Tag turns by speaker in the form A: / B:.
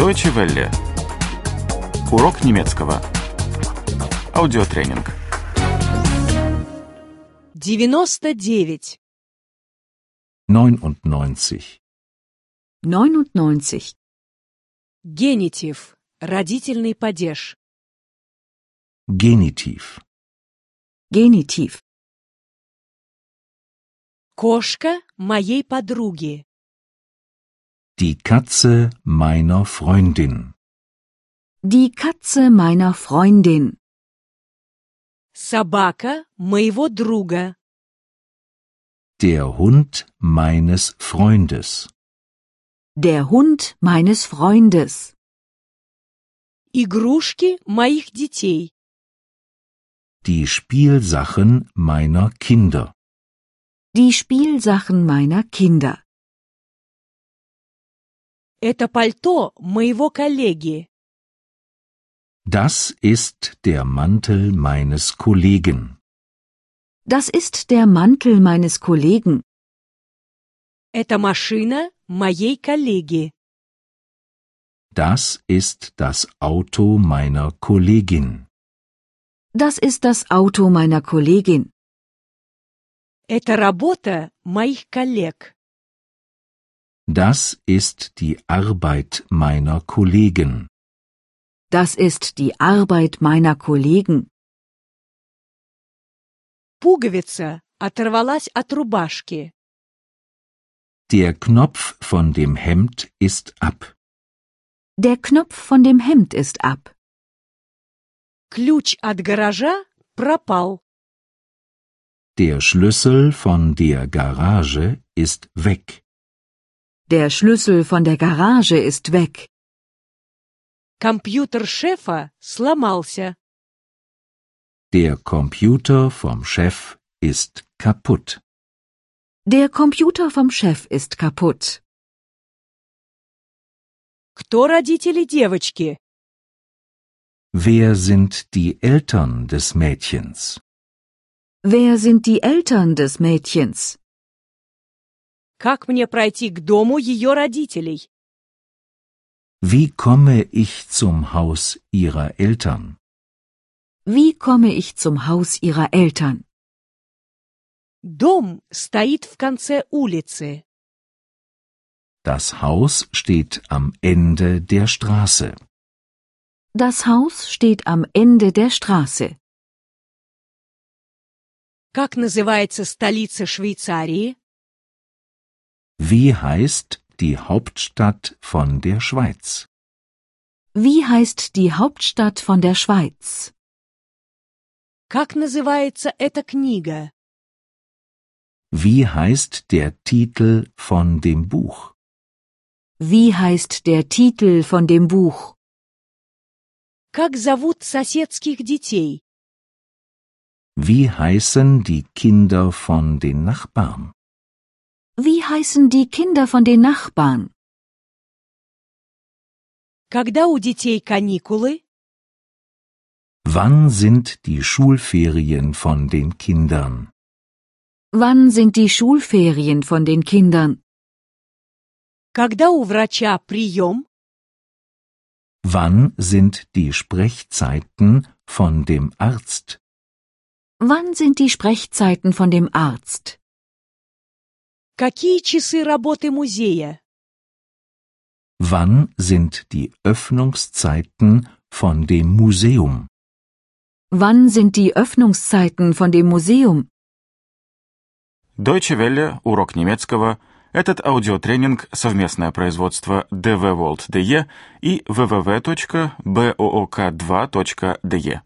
A: Deutsche Welle. Урок немецкого. Аудиотренинг.
B: 99.
C: 99.
D: 99.
B: Генитив. Родительный падеж.
C: Genitiv.
D: Genitiv.
B: Кошка моей подруги.
C: Die Katze meiner Freundin.
D: Die Katze meiner Freundin.
B: Собака моего друга.
C: Der Hund meines Freundes.
D: Der Hund meines Freundes.
B: Игрушки моих детей.
C: Die Spielsachen meiner Kinder.
D: Die Spielsachen meiner Kinder.
B: Это пальто моего коллеги.
C: Das ist der Mantel meines Kollegen.
D: Das ist der Mantel meines Kollegen.
B: Это машина моей коллеги.
C: Das ist das Auto meiner Kollegin.
D: Das ist das Auto meiner Kollegin.
B: Это работа моих коллег.
C: Das ist die Arbeit meiner Kollegen.
D: Das ist die Arbeit meiner Kollegen.
B: Пуговица оторвалась от рубашки.
C: Der Knopf von dem Hemd ist ab.
D: Der Knopf von dem Hemd ist ab.
B: Ключ от гаража пропал.
C: Der Schlüssel von der Garage ist weg.
D: Der Schlüssel von der Garage ist weg.
B: Компьютер шефа сломался.
C: Der Computer vom Chef ist kaputt.
D: Der Computer vom Chef ist kaputt.
B: Кто родители девочки?
C: Wer sind die Eltern des Mädchens?
D: Wer sind die Eltern des Mädchens?
B: Как мне пройти к дому ее родителей?
C: Wie komme ich zum Haus ihrer Eltern?
D: Wie komme ich zum Haus ihrer Eltern?
B: Дом стоит в конце улицы.
C: Das Haus steht am Ende der Straße.
D: Das Haus steht am Ende der Straße.
B: Как называется столица Швейцарии?
C: Wie heißt die Hauptstadt von der Schweiz?
D: Wie heißt die Hauptstadt von der Schweiz?
B: Как называется эта книга?
C: Wie heißt der Titel von dem Buch?
D: Wie heißt der Titel von dem Buch?
B: Как зовут соседских детей?
C: Wie heißen die Kinder von den Nachbarn?
D: Wie heißen die Kinder von den Nachbarn?
B: Когда у детей каникулы?
C: Wann sind die Schulferien von den Kindern?
D: Wann sind die Schulferien von den Kindern?
B: Когда у врача прием?
C: Wann sind die Sprechzeiten von dem Arzt?
D: Wann sind die Sprechzeiten von dem Arzt?
B: Какие часы работы музея?
C: Wann sind die Öffnungszeiten von dem Museum?
D: Wann sind die Öffnungszeiten von dem Museum?
A: Deutsche Welle. Урок немецкого. Этот аудиотренинг – совместное производство DW World DE и www.book2.de.